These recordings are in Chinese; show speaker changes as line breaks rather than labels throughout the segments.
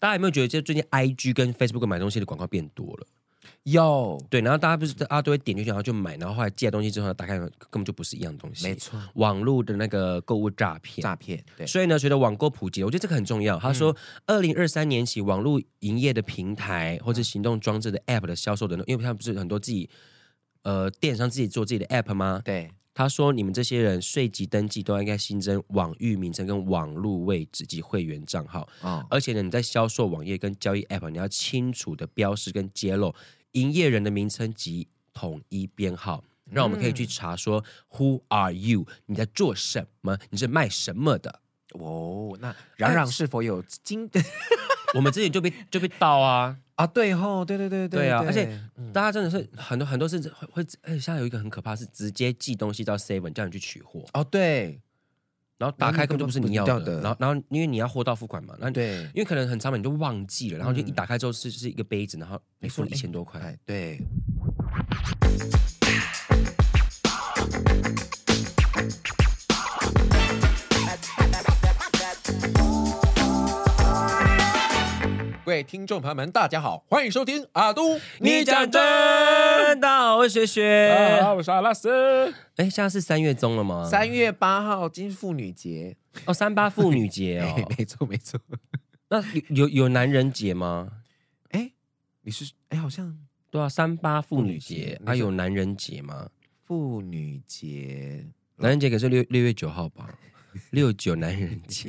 大家有没有觉得，就最近 I G 跟 Facebook 买东西的广告变多了？
有，
对，然后大家不是大家都会点进去，然后就买，然后后来寄来东西之后，打开根本就不是一样东西。
没，错，
网络的那个购物诈骗。
诈骗，嗯对，
所以呢，随着网购普及，我觉得这个很重要。他说，二零二三年起，网络营业的平台
嗯
或者行动装置的 App 的销售的，因为他们不是很多自己呃电商自己做自己的 App 吗？
对，
他说，你们这些人税籍登记都应该新增网域名称跟网络位置及会员账号，
哦，
而且呢，你在销售网页跟交易 App，你要清楚的标示跟揭露营业人的名称及统一编号。让我们可以去
嗯
查说、Who are you？你在做什么？你是卖什么的？
哦， 那嚷嚷是否有经
我们之前就被 就被盗啊，
啊？对吼，对对对
对啊而且
嗯
大家真的是很多很多是会会，而且现在有一个很可怕是直接寄东西到 Seven 叫你去取货，
哦，对
然后打开根本就不是你要的，
根本不是你要的
然后然后因为你要货到付款嘛，那你
对，嗯
因为可能很长本你就忘记了，然后就一打开之后是是一个杯子，然后你付了一千多块，
哎，对，各位听众朋友们，大家好，欢迎收听阿都
真，大家好，我是雪雪。
啊我是阿拉斯。
哎，现在是三月中了吗？
三月八号，今是妇女节，
哦，三八妇女节
哎
哦，
没错没错。
那有有有男人节吗？
哎，你是哎，好像
对啊，三八妇女节
妇女节，
啊，有男人节吗？
妇女节，
男人节可是六六月九号吧？六九男人 节，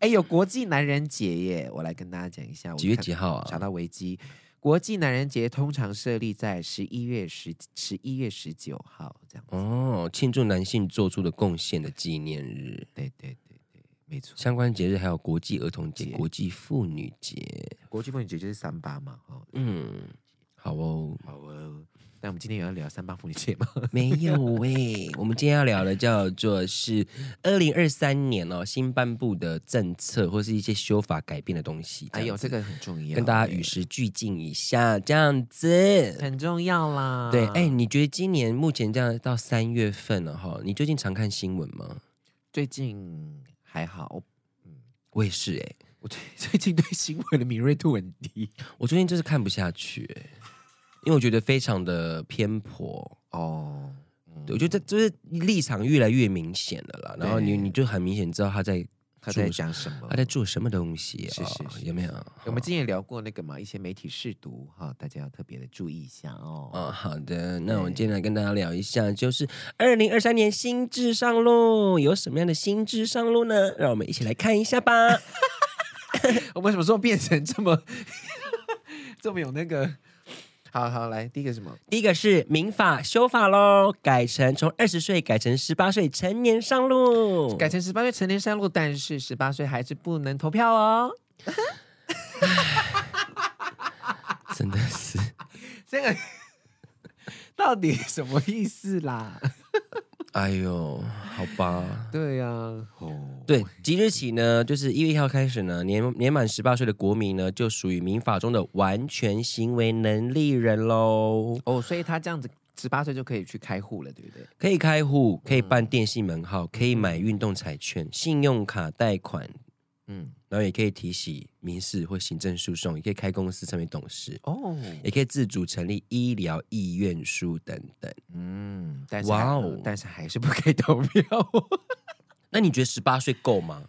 哎，有国际男人节耶！我来跟大家讲一下，我
几月
看
几号
查
啊？
到维基。国际男人节通常设立在十一月十十一月十九号这样。
哦，庆祝男性做出的贡献的纪念日。
对对对对，没错。
相关节日还有国际儿童节、
节
国际妇女节。
国际妇女节就是三八嘛，哦，，
嗯，好哦
好哦。那我们今天有要聊三八妇女节吗？
没有喂、 我们今天要聊的叫做是二零二三年哦新颁布的政策或是一些修法改变的东西。
哎呦，这
个
个很重要，
跟大家与时俱进一下，这样子。
很重要啦。
对，哎、，你觉得今年目前这样到三月份了哈，你最近常看新闻吗？
最近还好，
我也是哎、
我欸最 最近对新闻的敏锐度很低
我最近就是看不下去、欸，因为我觉得非常的偏颇。
哦。嗯
对我觉得这就是立场越来越明显了啦，然后你
对
你就很明显知道他在
他在讲什么？
他在做什么东西啊、
是是是
有没有？
我们之前也聊过那个嘛，一些媒体试读哈，大家要特别的注意一下哦。
啊、好的，那我们今天来跟大家聊一下，就是二零二三年新至上路有什么样的新至上路呢？让我们一起来看一下吧。
我啊们什么时候变成这么 这么有那个？好好来，第一个是什么？
第一个是民法修法喽，改成从二十岁改成十八岁成年上路。
改成十八岁成年上路，但是十八岁还是不能投票哦。
真的是，
这个到底什么意思 啦？
哎呦，好吧。
对啊呀、哦，
对，即日起呢，就是一月一号开始呢，年年满十八岁的国民呢，就属于民法中的完全行为能力人喽，
哦，所以他这样子十八岁就可以去开户了，对不对？
可以开户，可以
嗯
办电信门号，可以买运动彩券、信用卡贷款，
嗯，
然后也可以提起民事或行政诉讼，也可以开公司成为董事，
哦，
也可以自主成立医疗意愿书等等。
嗯，但是还
哇哦
但是还是不可以投票。
那你觉得十八岁够吗？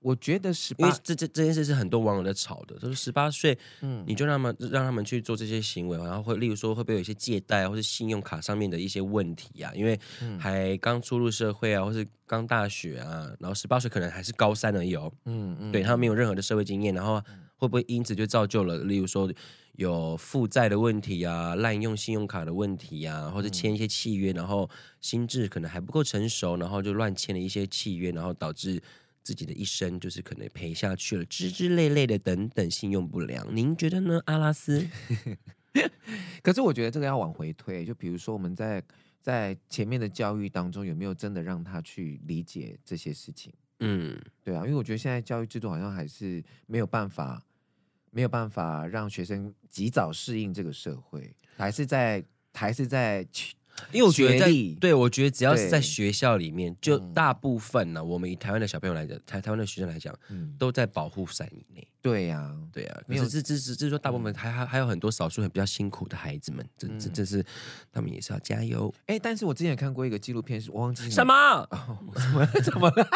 我觉得十
因
八
为这这这件事是很多网友在吵的，就是十八岁，
嗯
你就让他们让他们去做这些行为，然后会例如说会不会有一些借贷啊或是信用卡上面的一些问题啊？因为
嗯
还刚出入社会啊，或是刚大学啊，然后十八岁可能还是高三而已哦，
嗯嗯，
对他没有任何的社会经验，然后会不会因此就造就了，例如说有负债的问题啊、滥用信用卡的问题啊，或者签
嗯
一些契约，然后心智可能还不够成熟，然后就乱签了一些契约，然后导致自己的一生就是可能赔下去了，之之类类的等等信用不良，您觉得呢，阿拉斯？
可是我觉得这个要往回推，就比如说我们在在前面的教育当中，有没有真的让他去理解这些事情？
嗯，
对啊，因为我觉得现在教育制度好像还是没有办法，没有办法让学生及早适应这个社会，还是在还是在
因为我觉得在
学历
对，我觉得只要是在
对
学校里面，就
嗯
大部分呢、我们以台湾的小朋友来讲，台台湾的学生来讲，
嗯，
都在保护伞以内。
对呀、
对啊，
没
没有，
有嗯
这这这这说大部分还还还有很多少数很比较辛苦的孩子们，这这这是他们也是要加油。啊
哎，但是我之前看过一个纪录片，是我忘记
什么？
怎么了？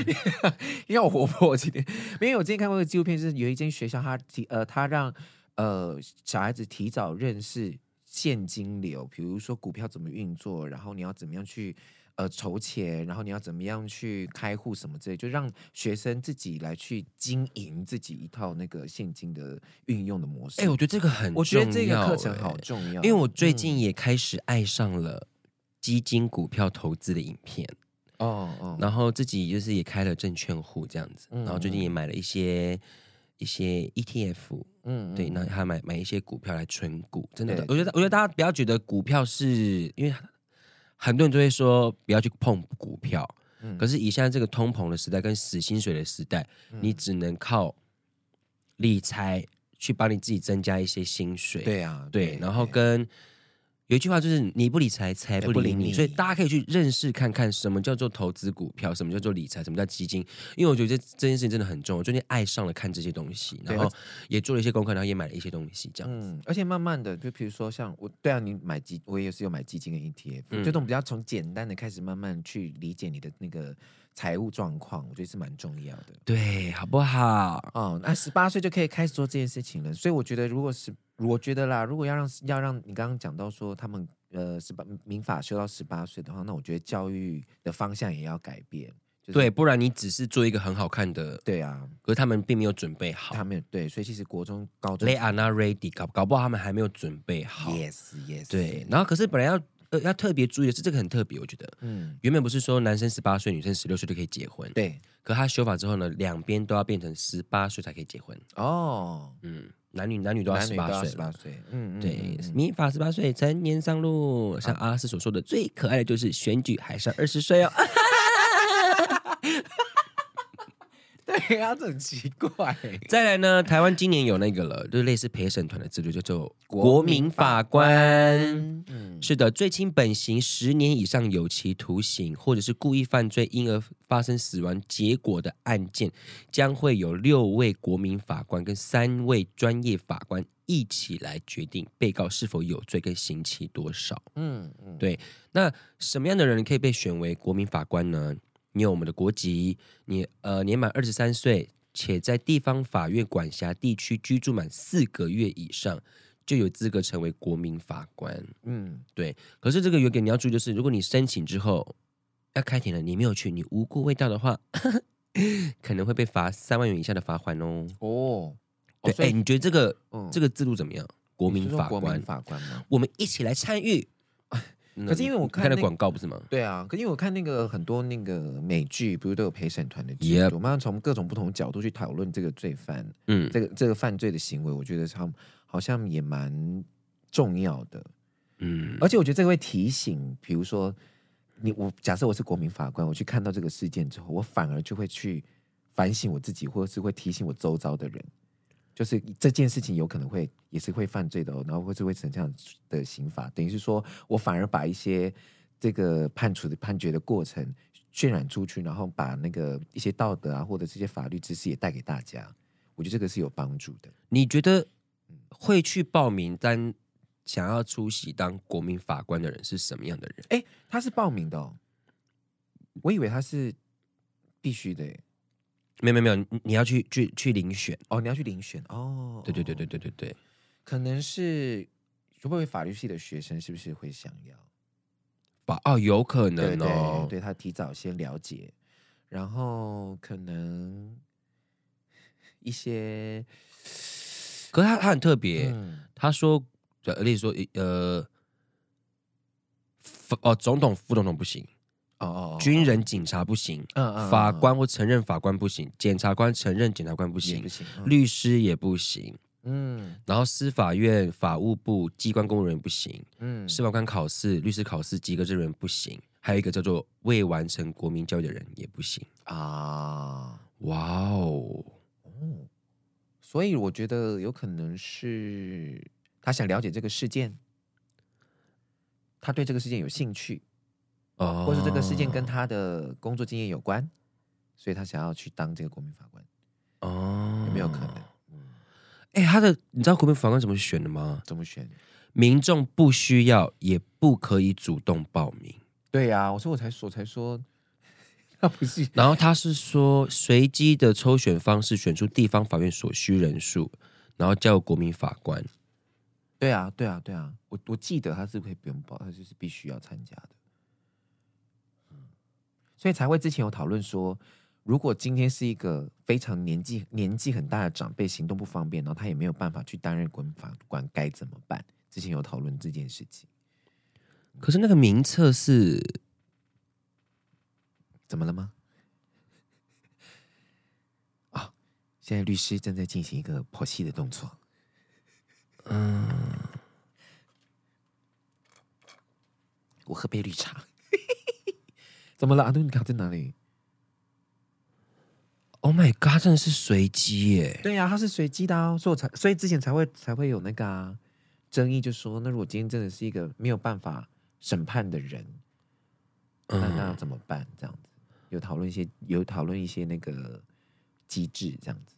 因为我活泼，我今天没有。我之前看过一个纪录片，是有一间学校它，提呃，它让呃小孩子提早认识现金流，比如说股票怎么运作，然后你要怎么样去呃筹钱，然后你要怎么样去开户什么之类，就让学生自己来去经营自己一套那个现金的运用的模式。
哎、我觉得这个很重要、
我觉得这个课程
哎
好重要，哦嗯
因为我最近也开始爱上了基金股票投资的影片，
嗯哦哦，
然后自己就是也开了证券户这样子，
嗯
然后最近也买了一些一些 ETF，
嗯
对，
嗯
那还买买一些股票来存股，真的
对，
我觉得我觉得大家不要觉得股票是因为很多人都会说不要去碰股票，
嗯
可是以现在这个通膨的时代跟死薪水的时代，你只能靠理财去帮你自己增加一些薪水，
对啊，
对，然后跟。有一句话就是你不理财，财不
不
理
理
你，
你
所以大家可以去认识看看什么叫做投资股票，什么叫做理财，什么叫基金。因为我觉得这这件事情真的很重要，我最近爱上了看这些东西，
对
然后也做了一些功课，然后也买了一些东西，这样。
嗯，而且慢慢的，就比如说像我，对啊，你买基，我也是有买基金跟 ETF，、
嗯
就这种比较从简单的开始，慢慢去理解你的那个财务状况，我觉得是蛮重要的。
对，好不好？
哦，那十八岁就可以开始做这件事情了，所以我觉得，如果是我觉得啦，如果要让要让你刚刚讲到说他们呃十八民法修到十八岁的话，那我觉得教育的方向也要改变。就是、
对，不然你只是做一个很好看的，
对啊，
可是他们并没有准备好
他们对，所以其实国中、高中
，they are not ready，搞搞不好他们还没有准备好。
，yes yes，
对，，然后可是本来要呃要特别注意的是，这个很特别，我觉得
嗯，
原本不是说男生十八岁，女生十六岁就可以结婚，
对，
可他修法之后呢，两边都要变成十八岁才可以结婚。
哦。
嗯，男女男女都要
男
十
女
八
都要
岁
十
了。
八岁，嗯，嗯
对
嗯嗯，
民法十八岁，成年上路。像阿拉斯所说的，最可爱的就是选举还是二十岁哦。
对啊，这很奇怪。
再来呢，台湾今年有那个了，就是类似陪审团的制度，叫做国
国
民
民
法
法
官。
嗯，
是的，最轻本刑十年以上有期徒刑，或者是故意犯罪因而发生死亡结果的案件，将会有六位国民法官跟三位专业法官一起来决定被告是否有罪跟刑期多少。
嗯嗯，
对那什么样的人可以被选为国民法官呢？你有我们的国籍，你呃年满二十三岁，且在地方法院管辖地区居住满四个月以上，就有资格成为国民法官。
嗯，
可是这个有点你要注意，就是如果你申请之后要开庭了，你没有去，你无故未到的话， 可能会被罚三万元以下的罚款哦。
哦，嗯
对，哎、你觉得这个这个
个
制度怎么样？国民法
国民
官，
法官吗？
我们一起来参与。嗯
可是因为我
你
看
看的
那
广告不是吗？
对啊，可因为我看那个很多那个美剧，不是都有陪审团的制
Yep
度，我们要从各种不同角度去讨论这个罪犯，
嗯，
这个这个犯罪的行为，我觉得他们好像也蛮重要的。
嗯，
而且我觉得这个会提醒，比如说你我假设我是国民法官，我去看到这个事件之后，我反而就会去反省我自己，或者是会提醒我周遭的人，就是这件事情有可能会也是会犯罪的、哦，然后或是会成这样的刑罚，等于是说我反而把一些这个判处的判决的过程渲染出去，然后把那个一些道德啊或者这些法律知识也带给大家，我觉得这个是有帮助的。
你觉得会去报名当想要出席当国民法官的人是什么样的人？
哎，他是报名的、哦，我以为他是必须的耶。
没有没有没有，你你要去去去遴选。
哦，你要去遴选哦。
对对对对
哦，
对对对，
可能是会不会法律系的学生是不是会想要？
法哦，有可
对
能
对
哦。
对，他提早先了解，然后可能一些
可是他他很特别，
嗯
他说，呃例如说，呃，法哦，总统、副总统不行，
哦哦哦
军人、警察不行，
嗯嗯嗯
法
嗯
官或承认法官不行，检察官承认检察官不
也
行，
不行，嗯
律师也不行，
嗯
然后司法院、法务部、机关公务人员不行，
嗯
司法官考试、律师考试及格证人不行，还有一个叫做未完成国民教育的人也不行。
啊
哇哦，
哦，所以我觉得有可能是他想了解这个事件。他对这个事件有兴趣，
哦，
或是这个事件跟他的工作经验有关，所以他想要去当这个国民法官，
哦
有没有可能？？
哎、他的你知道国民法官怎么选的吗？
怎么选？
民众不需要，也不可以主动报名。
对呀、我说我才说我才说， 他不是
然后他是说，随机的抽选方式选出地方法院所需人数，然后交由国民法官。
对啊对啊对啊，我我记得他是可以不用报，他就是必须要参加的，嗯，所以才会之前有讨论说，如果今天是一个非常年纪年纪很大的长辈行动不方便，然后他也没有办法去担任国民法官，该怎么办？之前有讨论这件事情，
可是那个名册是
怎么了吗？啊、现在律师正在进行一个剖析的动作。
嗯，
我喝杯绿茶。 怎么了？阿杜，你卡在哪里？
Oh my god，真的是随机耶！
对呀、它是随机的哦，所以我才所以之前才会才会有那个、啊、争议，就说那如果今天真的是一个没有办法审判的人，那那要
嗯，
怎么办？这样子有讨论一些有讨论一些那个机制这样子。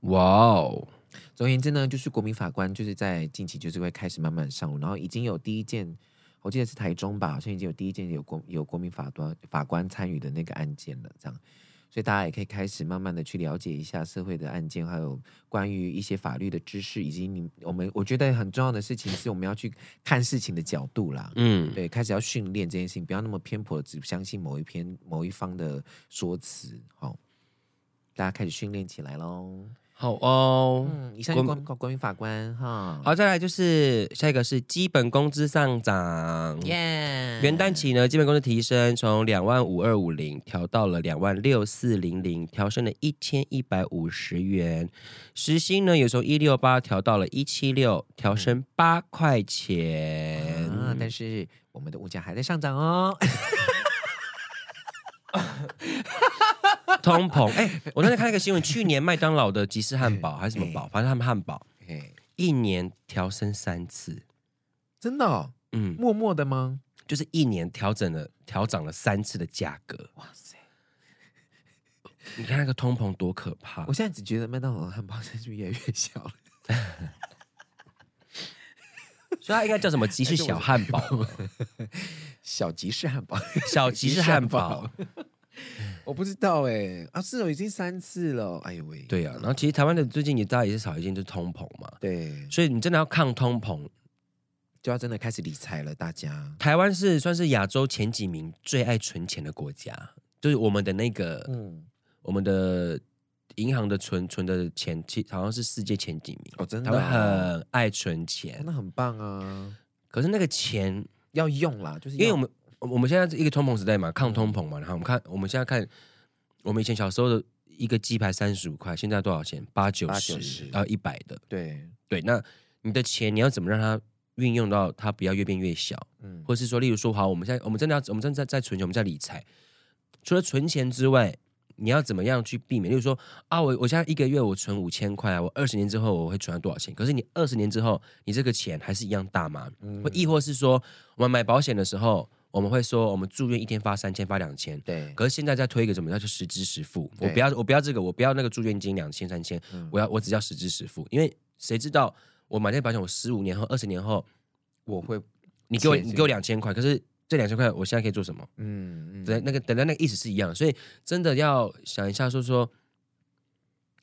哇哦，
总而言之呢，就是国民法官就是在近期就是会开始慢慢上路，然后已经有第一件，我记得是台中吧，好像已经有第一件有国有国民法官法官参与的那个案件了，这样，所以大家也可以开始慢慢的去了解一下社会的案件，还有关于一些法律的知识，以及你我们我觉得很重要的事情是我们要去看事情的角度啦，
嗯，
对，开始要训练这件事情，不要那么偏颇，只相信某一篇某一方的说辞，好、大家开始训练起来喽。
好哦。
嗯，以上
国
就国民国民法官哈，
好，再来就是下一个是基本工资上涨。
耶
元旦起呢，基本工资提升从两万五二五零调到了两万六四零零，调升了一千一百五十元。时薪呢也从一六八调到了一七六，调升八块 钱。
啊，但是我们的物价还在上涨哦。
通膨，哎、我那天看那个新闻，去年麦当劳的吉士汉堡还是什么堡，反正他们汉堡
嘿
一年调升三次，
真的、哦，
嗯，
默默的吗？
就是一年调整了调涨了三次的价格。
哇塞！
你看那个通膨多可怕
我！现在只觉得麦当劳的汉堡 真是越来越小了。
所以它应该叫什么 吉士小汉堡、
小吉士汉堡，
小吉士汉堡。
我不知道哎、啊，是哦，已经三次了，哎呦喂，
对啊，然后其实台湾的最近也大家也是少一件就是通膨嘛，
对，
所以你真的要抗通膨，
就要真的开始理财了，大家，
台湾是算是亚洲前几名最爱存钱的国家，就是我们的那个、
嗯，
我们的银行的存存的钱，其好像是世界前几名，
哦，真
台
的、
湾
哦，
很爱存
真
钱，
的很棒啊，
可是那个钱，
要用啦，就是
因为
要
我们我们现在是一个通膨时代嘛，抗通膨嘛，然后我们看我们现在看我们以前小时候的一个鸡排三十五块，现在多少钱？八九
八九
十
十，
然后一百的，
对，
对，那你的钱你要怎么让它运用到它不要越变越小，
嗯，
或是说，例如说，好，我们现在我们真的要我们真的在在存钱，我们在理财，除了存钱之外，你要怎么样去避免？例如说啊，我我现在一个月我存五千块啊，我二十年之后我会存到多少钱？可是你二十年之后，你这个钱还是一样大吗？
嗯
或亦或是说，我们买保险的时候，我们会说我们住院一天发三千，发两千。
对，
可是现在在推一个什么叫做实支实付？我
对
不要我不要这个，我不要那个住院金两千三千
嗯，
我要我只要实支实付，因为谁知道我买这个保险，我十五年后、二十年后，
我会，
你给我
钱是
你给我两千块，可是这两千块我现在可以做什么？
嗯，嗯
等那个等到那个意思是一样的，所以真的要想一下，说说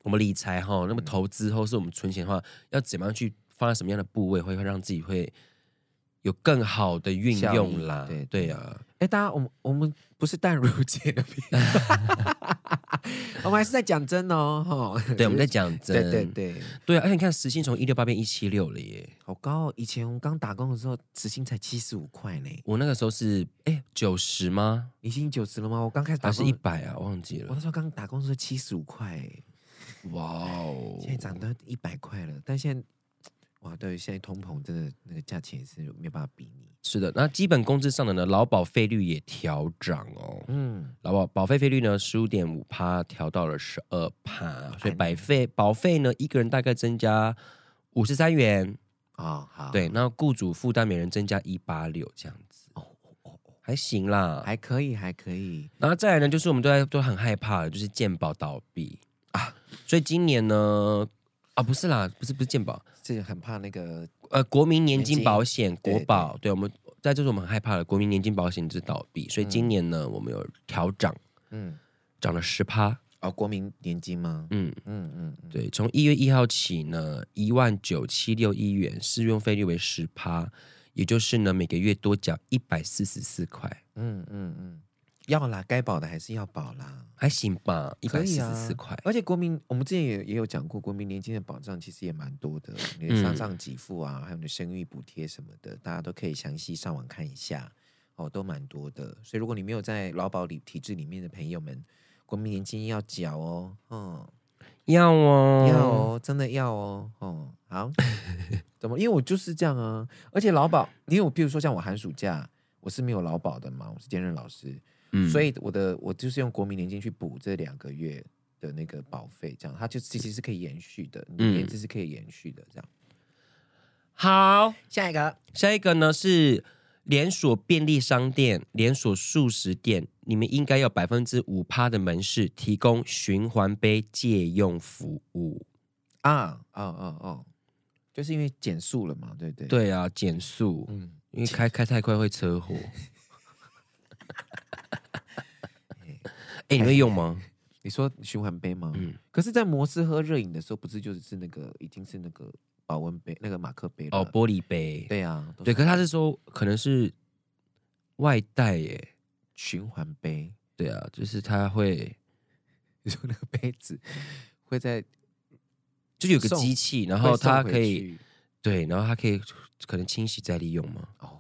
我们理财哈，
嗯
那么投资或是我们存钱的话，要怎么样去放在什么样的部位，会会让自己会有更好的运
效益
用啦？
对
对啊，
哎，大家，我们我们不是淡如姐的频道， 我们还是在讲真哦，哈。
对，我们在讲真，
对对对，
对啊，而且你看时薪从一六八变一七六了耶，
好高、哦！以前我们刚打工的时候，时薪才七十五块呢。
我那个时候是哎九十吗？
你已经九十了吗？我刚开始打
还是
工
一
的，
百啊？忘记了
我那。时候刚打工的时候七十五块耶，
哇哦！
现在涨到一百块了。但现在，哇，对，现在通膨真的那个价钱也是没有办法比拟。
是的，那基本工资上的呢，劳保费率也调涨哦。
嗯，
劳保保费费率呢，十五点五趴调到了十二趴，所以
哎
保费保费呢，一个人大概增加五十三元，
啊，好，
对，那雇主负担每人增加一八六这样子，
哦哦哦哦，
还行啦。
还可以，还可以，
然后再来呢，就是我们都在都很害怕的，就是健保倒闭啊。所以今年呢，啊不是啦，不是不是健保，
这很怕那个
呃，国民年
年
金
金
保险
对
国保，对我们在这是我们很害怕的，国民年金保险就是倒闭。所以今年呢，我们有调涨，
嗯
涨了十趴。
哦，国民年金吗？
嗯，
嗯嗯嗯，
对，从一月一号起呢，一万九七六一元，适用费率为十趴，也就是呢每个月多缴一百四十四块，
嗯嗯嗯，要啦，该保的还是要保啦。
还行吧，一
可
百
以
四
啊
十四块。
而且国民，我们之前也也有讲过，国民年金的保障其实也蛮多的，你的丧
嗯
葬给付啊，还有你的生育补贴什么的，大家都可以详细上网看一下，哦，都蛮多的。所以如果你没有在劳保里体制里面的朋友们，国民年金要缴哦，嗯，
要哦，
要哦，真的要哦，哦，好， 怎么？因为我就是这样啊，而且劳保，因为我比如说像我寒暑假，我是没有劳保的嘛，我是兼任老师，
嗯
所以我的我就是用国民年金去补这两个月的那个保费，这样它就其实是可以延续的，你的
嗯
年资是可以延续的，这样。
好，
下一个，
下一个呢是连锁便利商店、连锁素食店，你们应该有百分之五趴的门市提供循环杯借用服务。
啊，哦哦哦，就是因为减速了嘛，对不对？，
对啊，减速，
嗯，
因为开开太快会车 祸。哎、你会用吗？
你说循环杯吗？
嗯
可是，在摩斯喝热饮的时候，不是就是那个已经是那个保温杯、那个马克杯了？
哦，玻璃杯。
对啊，都
对，可是他是说可能是外带耶。
循环杯，
对啊，就是他会
你说那个杯子会在，
就有个
送
机器，然
会
后
送
它
回
可以
去
对，然后它可以可能清洗再利用吗
哦，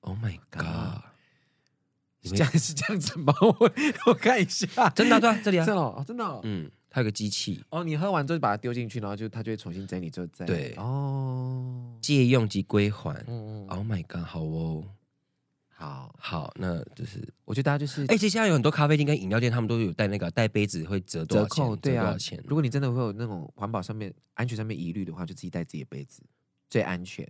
？Oh my
God
god！你
是
会
这样是这样子吗？ 我我看一下，
真的啊、对啊，这里
真的
啊，
哦，真的哦。
嗯，它有个机器，
哦，你喝完之后就把它丢进去，然后就它就会重新整理，之后再
对
哦，
借用及归还。
嗯嗯，
Oh my god！好哦，
好，
好，那就是，
我觉得大家就是
哎、其实现在有很多咖啡厅跟饮料店，他们都有带那个啊带杯子会折多少
折
钱，
扣，对
折多
啊
少钱，？
如果你真的会有那种环保上面、安全上面疑虑的话，就自己带自己的杯子，最安全。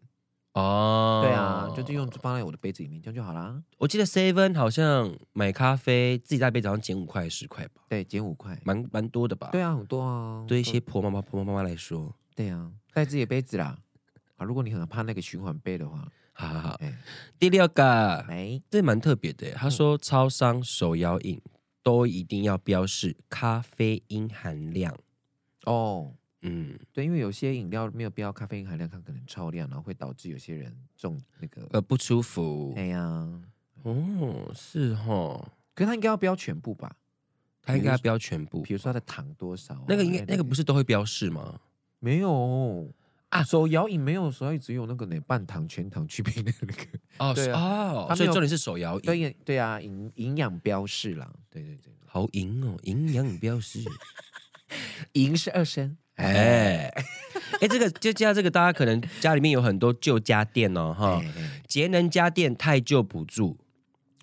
哦，
对啊，就是用放在我的杯子里面，这样就好啦。
我记得 Seven 好像买咖啡自己带杯子好像减五块十块吧，
对，减五块。
蛮蛮多的吧？
对，啊，很多啊，
对一
都
些婆妈妈婆妈妈来说，
对啊，带自己的杯子啦。啊，如果你很怕那个循环杯的话，
好好好。
哎，
第六个，
没
这蛮特别的耶。
嗯
他说，超商手摇饮都一定要标示咖啡因含量。
哦，
嗯，
对，因为有些饮料没有标咖啡因含量，它可能超量，然后会导致有些人中那个。
呃，不舒服
哎。呀，
哦，是哦，
可是它应该要标全部吧？
他应该要标全部
比。如说它的糖多少啊、
那个应该那个不
是
是都会标示吗？
没有
啊
手摇饮没有，手摇饮只有那个呢半糖、全糖去冰的 那个。
哦
对啊
哦，
他没
所以
有
重点是手摇
对
饮。
呀，对啊，营营养标示啦，对对对，
好赢哦，营养标 示。
营是二声，哎
哎哎，这个就加这个，大家可能家里面有很多旧家电哦，
哎
哈，
哎
节能家电太旧补助，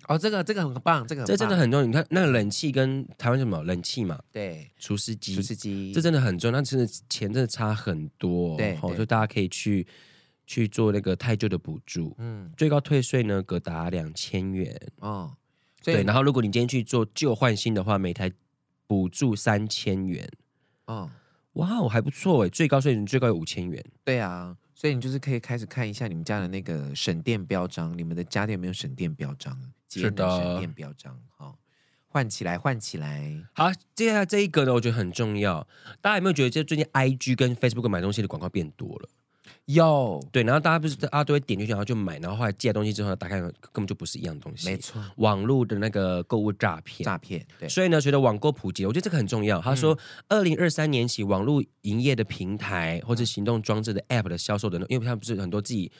哦，这个这个很棒，这个
这真的
很
很重要。你看那个冷气跟台湾什么冷气嘛，
棒对，
除湿机，
厨师机
这真的很重要，那真的钱真的差很多、哦，
对
吼
对
所以大家可以去去做那个太旧的补助，
嗯
最高退税呢，可达两千元，
哦，所
对，
以
然后如果你今天去做旧换新的话，每台补助三千元，
哦
哇哦，还不错哎，最高税你最高有五千元，
对啊，所以你就是可以开始看一下你们家的那个省电标章，你们的家电有没有省电标章？节
是
能
的
省电标章，好、换起来，换起来。
好，接下来这一个呢，我觉得很重要，大家有没有觉得这最近 I G 跟 Facebook 买东西的广告变多了？
有，
对，然后大家不是大家都会点进去，然后就买，然后后来借东西之后呢，打开根本就不是一样东
没
西，
错，
网络的那个购物诈骗。
诈骗，对，
所以呢，随着网购普及，我觉得这个很重要。他说，二零二三年起，网络营业的平台或者行动装置的 App 的销售的，因为他们不是很多自己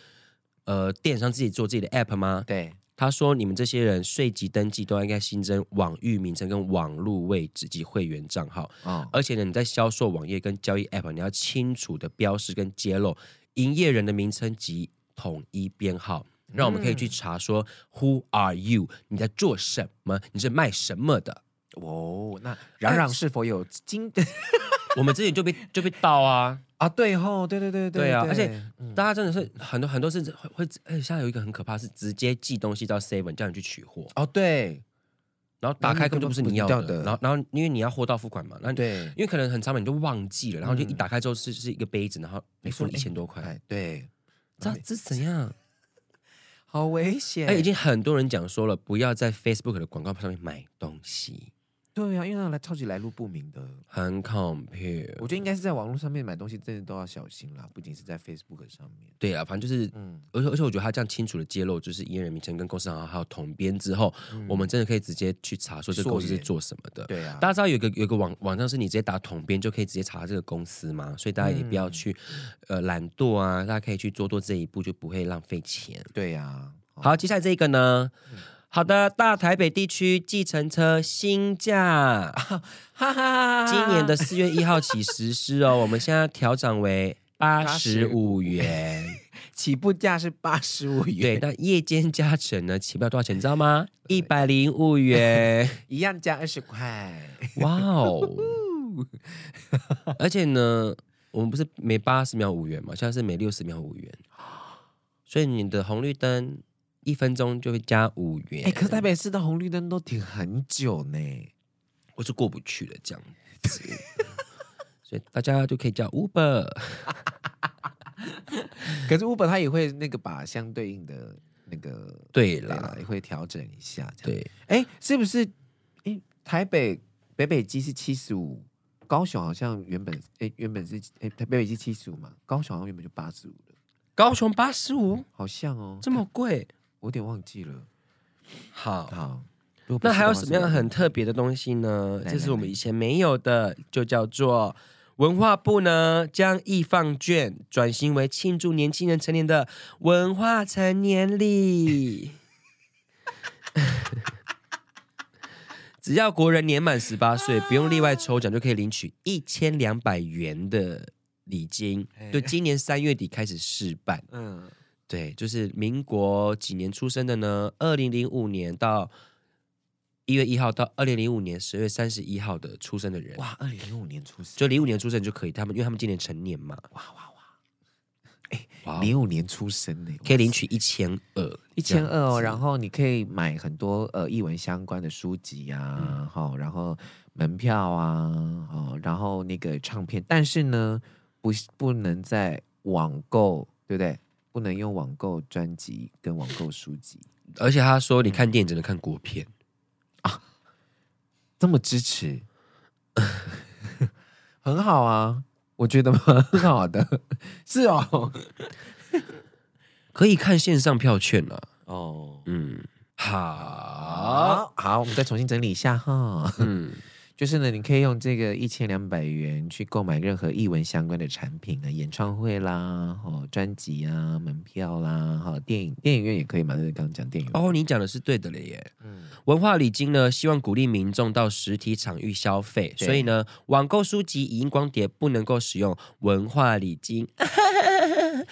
呃电商自己做自己的 App 吗？
对，
他说，你们这些人税籍登记都应该新增网域名称跟网路位置及会员账号，
哦，
而且呢，你在销售网页跟交易 App，你要清楚的标示跟揭露营业人的名称及统一编号。让我们可以去查说、Who are you？你在做什么？你是卖什么的？呃
哦，那嚷嚷是否有经？
我们之前就被就被盗啊，
啊，对吼，对对对
对啊而且
嗯
大家真的是很多很多是会会，而且现在有一个很可怕是直接寄东西到 Seven 叫你去取货，
哦对
然后打开根本就不是你要的，
根本不是你要的
然后然后因为你要货到付款嘛，那你
对，嗯
因为可能很长嘛你就忘记了，然后就一打开之后是是一个杯子，然后你付了一千多块，
哎对，
这这怎样？
好危险
哎，已经很多人讲说了，不要在 Facebook 的广告上面买东西，
对啊，因为那来超级来路不明的，
很 compare。
我觉得应该是在网络上面买东西，真的都要小心啦，不仅是在 Facebook 上面。
对啊，反正就是
嗯，
而且而且，我觉得他这样清楚的揭露，就是营业人名称跟公司行号还有统编之后，我们真的可以直接去查说这个公司是做什么的。
对啊
大，家知道有一个有一个网网站是你直接打统编就可以直接查这个公司嘛，所以大家也不要去、呃懒惰啊，大家可以去多做这一步，就不会浪费钱。
对呀、啊，
好，接下来这个呢？好的，大台北地区计程车新 价，
哈哈
今年的四月一号起实施哦，我们现在调涨为八十五元。
起步价是八十五
对，
元，
那夜间加成呢？起不了多少钱，你知道 吗？一百零五元，
一样加二十块。
哇哦！ 而且呢，我们不是每八十秒五元嘛，现在是每六十秒五元，所以你的红绿灯一分钟就会加五元。
哎、可是台北市的红绿灯都停很久呢。
我是过不去的这样子， 所以大家就可以叫 Uber。
可是 Uber 它也会那个把相对应的那个
对
对
啦
啦，，也会调整一下。这样，
对，
哎、是不是？哎、台北北北基是七十五，高雄好像原本哎、原本是哎、台北北基七十五嘛，高雄好像原本就八十五了，
高雄八十五
好像哦，
这么贵，
我有点忘记了。
好。
好，如果不
那
是
还有
的话
什么样
是
很特别的东西呢？
来
这是
来
我们以前没有的，就叫做文化部呢将易放券转型为庆祝年轻人成年的文化成年礼。只要国人年满十八岁，不用另外抽奖就可以领取一千两百元的礼金。
哎
就今年三月底开始试办。
嗯，
对，就是民国几年出生的呢？二零零五年到一月一号到二零零五年十月三十一号的出生的人，
哇，二零零五年出生，
就零五年出生就可以，他们因为他们今年成年嘛，
哇哇哇，
哇哦，
零五年出生呢，
可以领取一千二，
一千二哦，
后
然后你可以买很多呃译文相关的书籍啊，好、然后门票啊，哦，然后那个唱片，但是呢，不是不能在网购，对不对？不能用网购专辑跟网购书籍，
而且他说你看电影只能看国片，
这么支持， 很好啊，我觉得蛮好的， 是哦，
可以看线上票券了、
哦，
嗯，好，
好好，我们再重新整理一下哈。
嗯，
就是呢，你可以用这个一千两百元去购买任何译文相关的产品啊，演唱会啦，哦，专辑啊，门票啦，哈、电影电影院也可以嘛，就是刚刚讲电影院。
哦，你讲的是对的了耶。
嗯，
文化礼金呢，希望鼓励民众到实体场域消费，
对
所以呢，网购书籍、影音光碟不能够使用文化礼金。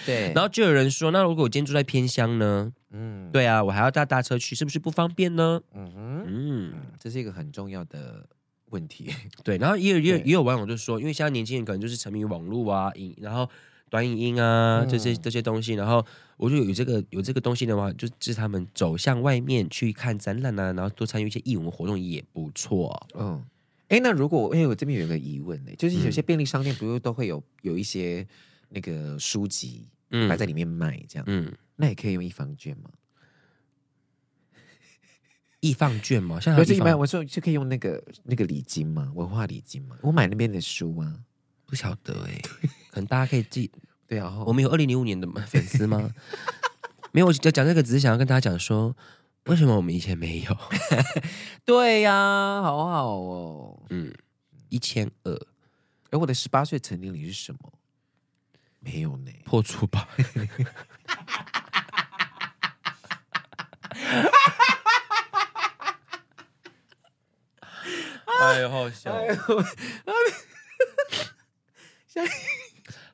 对，
然后就有人说，那如果我今天住在偏乡呢？
嗯，
对啊，我还要搭大车去，是不是不方便呢？
嗯哼，
嗯，
这是一个很重要的问题。
对。然后也有也有
对
也有网友就说，因为现在年轻人可能就是沉迷于网络啊、影，然后短影音啊这
嗯
些这些东西，然后我就有这个有这个东西的话，就就是他们走向外面去看展览啊，然后多参与一些义文活动也不错。
嗯，哎，那如果哎，我这边有一个疑问呢，就是
嗯
有些便利商店不是都会有有一些那个书籍
嗯
摆在里面卖这样，
嗯。
那也可以用一方券吗？
易放券嘛，像
不
有
是
易
你买，
放
我说就可以用那个那个礼金嘛，文化礼金嘛，我买那边的书啊。
不晓得哎、可能大家可以自己。
对啊，
我
我
们有二零零五年的 粉丝吗？没有，我讲这个只是想要跟大家讲说，为什么我们以前没有？
对呀、好好哦。
嗯，一千二
哎，我的十八岁成年礼是什么？没有呢。
破处吧。哎呦，好笑！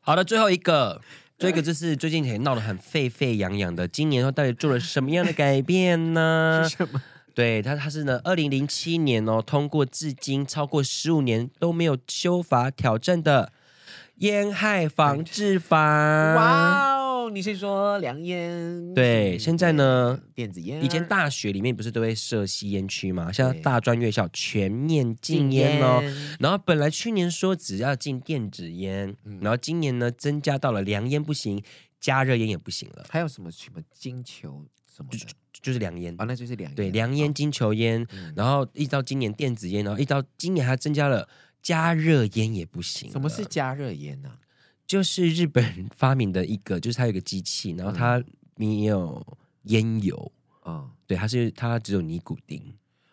好的，最后一个，最后一个就是最近也闹得很沸沸扬扬的，今年到底做了什么样的改变 呢？
什么？
对他，他是呢，二零零七年哦，通过至今超过十五年都没有修法挑战的《烟害防治法》。呃
哇哦，你是说凉烟？
对现在呢，
电子烟啊、
以前大学里面不是都会设吸烟区嘛？现在
对
大专院校全面禁烟哦。然后本来去年说只要禁电子烟，
嗯
然后今年呢增加到了凉烟不行，加热烟也不行了，
还有什么什么金球什么的
就是凉烟。
啊？那就是凉烟，
嗯对，凉烟、
哦
金球烟，然后一直到今年电子烟，然后一直到今年还增加了加热烟也不行。
哦什么是？加热烟呢、哦
就是日本 发明的一个，就是它有一个机器，然后它没有烟油，
啊？哦
对，它是它只有尼古丁，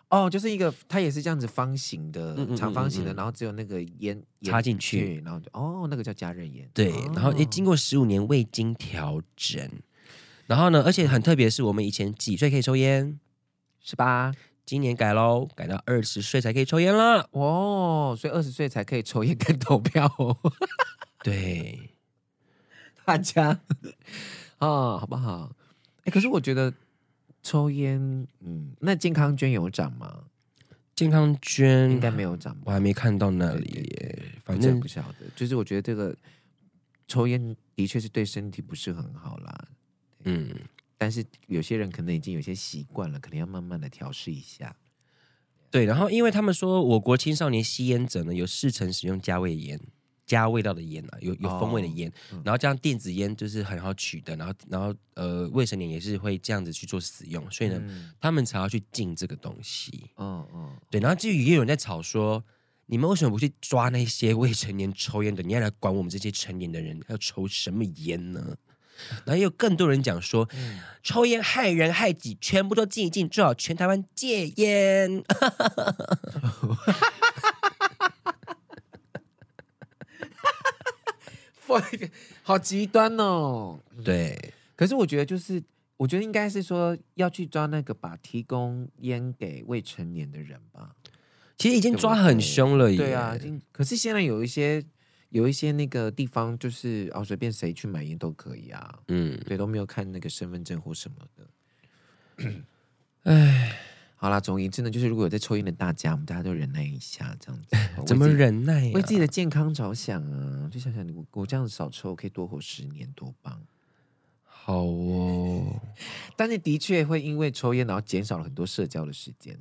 哦，就是一个，它也是这样子方形的，
嗯嗯
长方形
嗯
的，
嗯
然后只有那个烟
插进去
去，然后就哦，那个叫加热烟。
对，
哦
然后也经过十五年未经调整，然后呢，而且很特别的是，我们以前几岁可以抽烟，
是吧？
今年改喽，改到二十岁才可以抽烟了。
哦，所以二十岁才可以抽烟跟投票 哦，
对，
大家啊、好不好？哎，可是我觉得抽烟，嗯，那健康捐有涨吗？
健康捐
应该没，有涨吧？
我还没看到那里
对对
耶，
反
反
正
正
不晓得，就是我觉得这个抽烟的确是对身体不是很好啦，
嗯。
但是有些人可能已经有些习惯了，可能要慢慢的调试一下。
对，然后因为他们说我国青少年吸烟者呢，有四成使用加味烟。加味道的烟啊，有有风味的烟，
嗯
然后加上电子烟就是很好取的，然后然后呃，未成年也是会这样子去做使用，所以呢，
嗯
他们才要去禁这个东西。
嗯 嗯，
对，然后至于也有人在吵说，你们为什么不去抓那些未成年抽烟的？你要来管我们这些成年的人要抽什么烟呢？ 然后也有更多人讲说，
嗯
抽烟害人害己，全部都禁一禁，最好全台湾戒烟。
好极端哦。
对，
可是我觉得就是，我觉得应该是说要去抓那个把提供烟给未成年的人吧。
其实已经抓很凶了耶。
对啊，已经可是现在有一些有一些那个地方就是哦，随便谁去买烟都可以啊，
嗯，。
对，都没有看那个身份证或什么的。哎，好啦，总而言之呢，就是如果有在抽烟的大家，我们大家都忍耐一下，这样子
怎么
为自己？
忍耐、啊呀
为自己的健康着想啊！就想想我我这样少抽，可以多活十年，多棒！
好哦，
但是的确会因为抽烟，然后减少了很多社交的时间。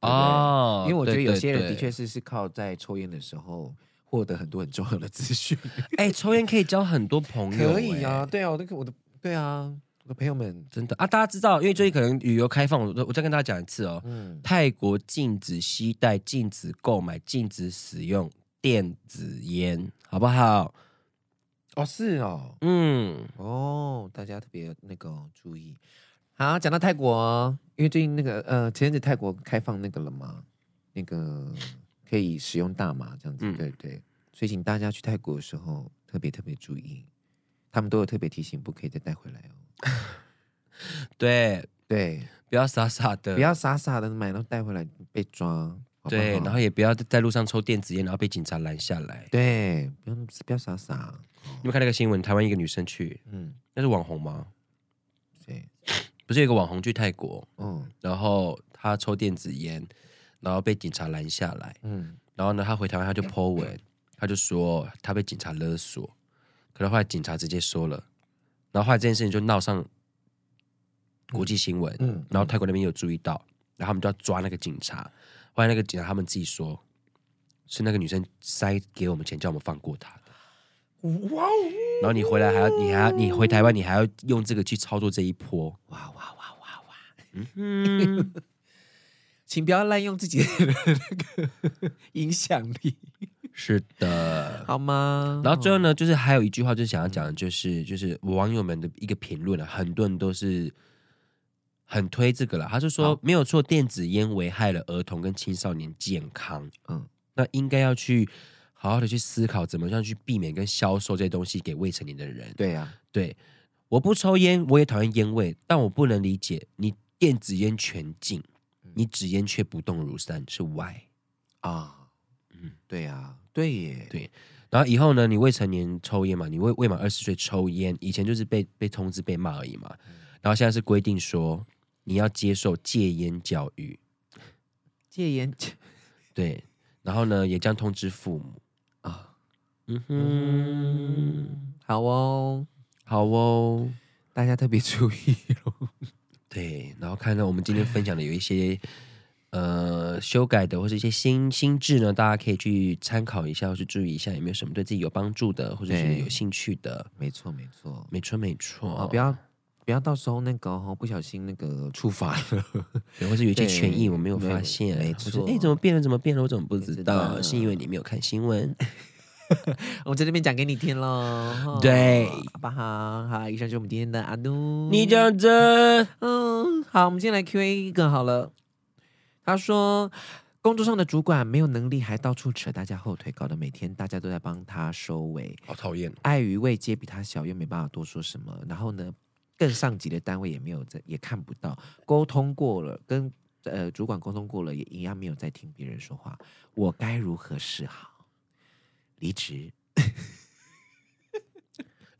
对
哦，
因为我觉得
对
有些人的，
对
确是是靠在抽烟的时候获得很多很重要的资讯。
对哎，抽烟可以交很多 朋友，
可以啊，
哎。
对啊，我的我的对啊，我的朋友们，
真的啊，大家知道，因为最近可能旅游开放，我我再跟大家讲一次哦。
嗯，
泰国禁止携带、禁止购买、禁止使用电子烟，好不好？
哦是哦，
嗯，
哦，大家特别那个哦注意。好，讲到泰国，哦因为最近那个呃，前阵子泰国开放那个了嘛，那个可以使用大麻这样子，
嗯
对对，所以请大家去泰国的时候特别特别注意，他们都有特别提醒，不可以再带回来哦。
对，
对，
不要傻傻的，
不要傻傻的买，然后带回来被抓。好不好
对，然后也不要在路上抽电子烟，然后被警察拦下来。
对，不要不要傻傻。哦
你们看那个新闻，台湾一个女生去，
嗯，
那是网红吗？
对，
不是有一个网红去泰国，
嗯
然后她抽电子烟，然后被警察拦下来，
嗯，
然后呢，她回台湾，她就 po 文，她就说她被警察勒索，可是后来警察直接说了，然后后来这件事情就闹上国际新闻，
嗯
然后泰国那边有注意到，然后他们就要抓那个警察，后来那个警察他们自己说，是那个女生塞给我们钱，叫我们放过她的。
哇哦，
然后你回来还要，你还要，你回台湾，你还要用这个去操作这一波。
哇哇哇哇哇！
嗯，
请不要滥用自己的 那个影响力，
是的。
好吗？
然后最后呢，就是还有一句话，就是想要讲的，就是就是网友们的一个评论了，啊很多人都是很推这个了。他就说没有错，电子烟危害了儿童跟青少年健康，
嗯，
那应该要去好好的去思考怎么样去避免跟销售这些东西给未成年的人。
对呀、
对，我不抽烟，我也讨厌烟味，但我不能理解你电子烟全禁，
嗯
你纸烟却不动如山，是 why？
啊，
嗯
嗯，对呀、对耶，
对然后以后呢，你未成年抽烟嘛，你未未满二十岁抽烟，以前就是被被通知被骂而已嘛，
嗯
然后现在是规定说你要接受戒烟教育，
戒烟
对，然后呢也将通知父母，
啊，
嗯哼，
好哦，
好哦。
大家特别注意哦。
对，然后看到我们今天分享的有一些呃修改的，或是一些新新制呢，大家可以去参考一下，或是注意一下有没有什么对自己有帮助的，或者是
对
有兴趣的。
没错，没错。
没错，没错，
哦，不要不要到时候那个哦，不小心那个触发了，
对，或是有一些
对
权益我没有
没
发
有
现，
没
或是
错
哎，怎么变了？怎么变了？我怎么不知
知
道？嗯
道
是因为你没有看新闻。
我在这边讲给你听喽。哦
对
好不好？好，以上就是我们今天的阿努。
你讲真，
嗯，好，我们先来 Q&A 一个好了。他说，工作上的主管没有能力，还到处扯大家后腿，搞得每天大家都在帮他收尾。
好讨厌。哦
碍于位阶比他小，又没办法多说什么。然后呢，更上级的单位也没有在，也看不到，沟通过了，跟呃主管沟通过了，也一样没有在听别人说话。我该如何是好？离职，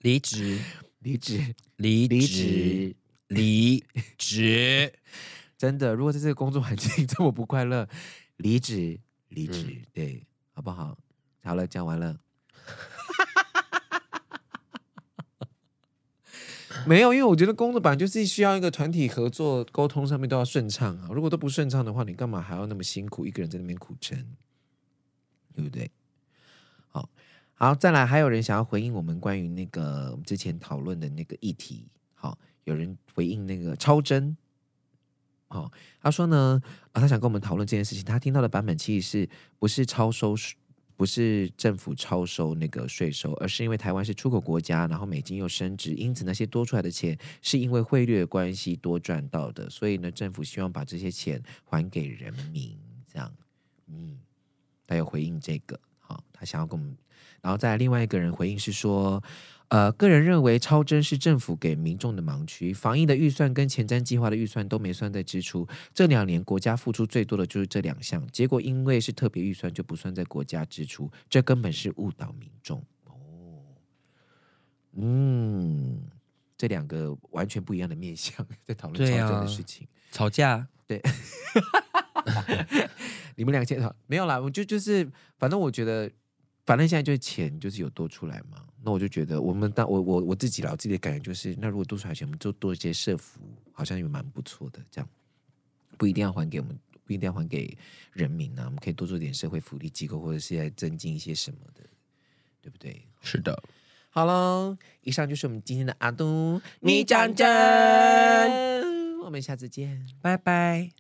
离职，
离职，
离
离
职
职，。
离职。
真的，如果在这个工作环境 这么不快乐，离职，离职，对，好不好？好了，讲完了。 没有，因为我觉得工作本来就是需要一个团体合作、沟通上面都要顺畅啊。如果都不顺畅的话，你干嘛还要那么辛苦一个人在那边苦撑，对不对？好，好，再来，还有人想要回应我们关于那个我们之前讨论的那个议题。好，有人回应那个超真，哦，他说呢，啊，他想跟我们讨论这件事情。他听到的版本其实是不是超收税，不是政府超收那个税收，而是因为台湾是出口国家，然后美金又升值，因此那些多出来的钱是因为汇率的关系多赚到的，所以呢，政府希望把这些钱还给人民，这样，嗯，他有回应这个，好、他想要跟我们，然后再来另外一个人回应是说，呃，个人认为超征是政府给民众的盲区，防疫的预算跟前瞻计划的预算都没算在支出。这两年国家付出最多的就是这两项，结果因为是特别预算就不算在国家支出，这根本是误导民众。哦，嗯，这两个完全不一样的面向 在讨论
对
超征
啊
的事情。
吵架，
你们两个先讨没有啦，我就就是，反正我觉得，反正现在就是钱就是有多出来嘛，那我就觉得我们当我我我自己啦，我自己的感觉就是，那如果多出来钱，我们就多一些社服，好像也蛮不错的，这样不一定要还给我们，不一定要还给人民啊，我们可以多做点社会福利机构，或者是来增进一些什么的，对不对？
是的，
好喽，以上就是我们今天的阿东，
你讲真，
我们下次见。
拜拜。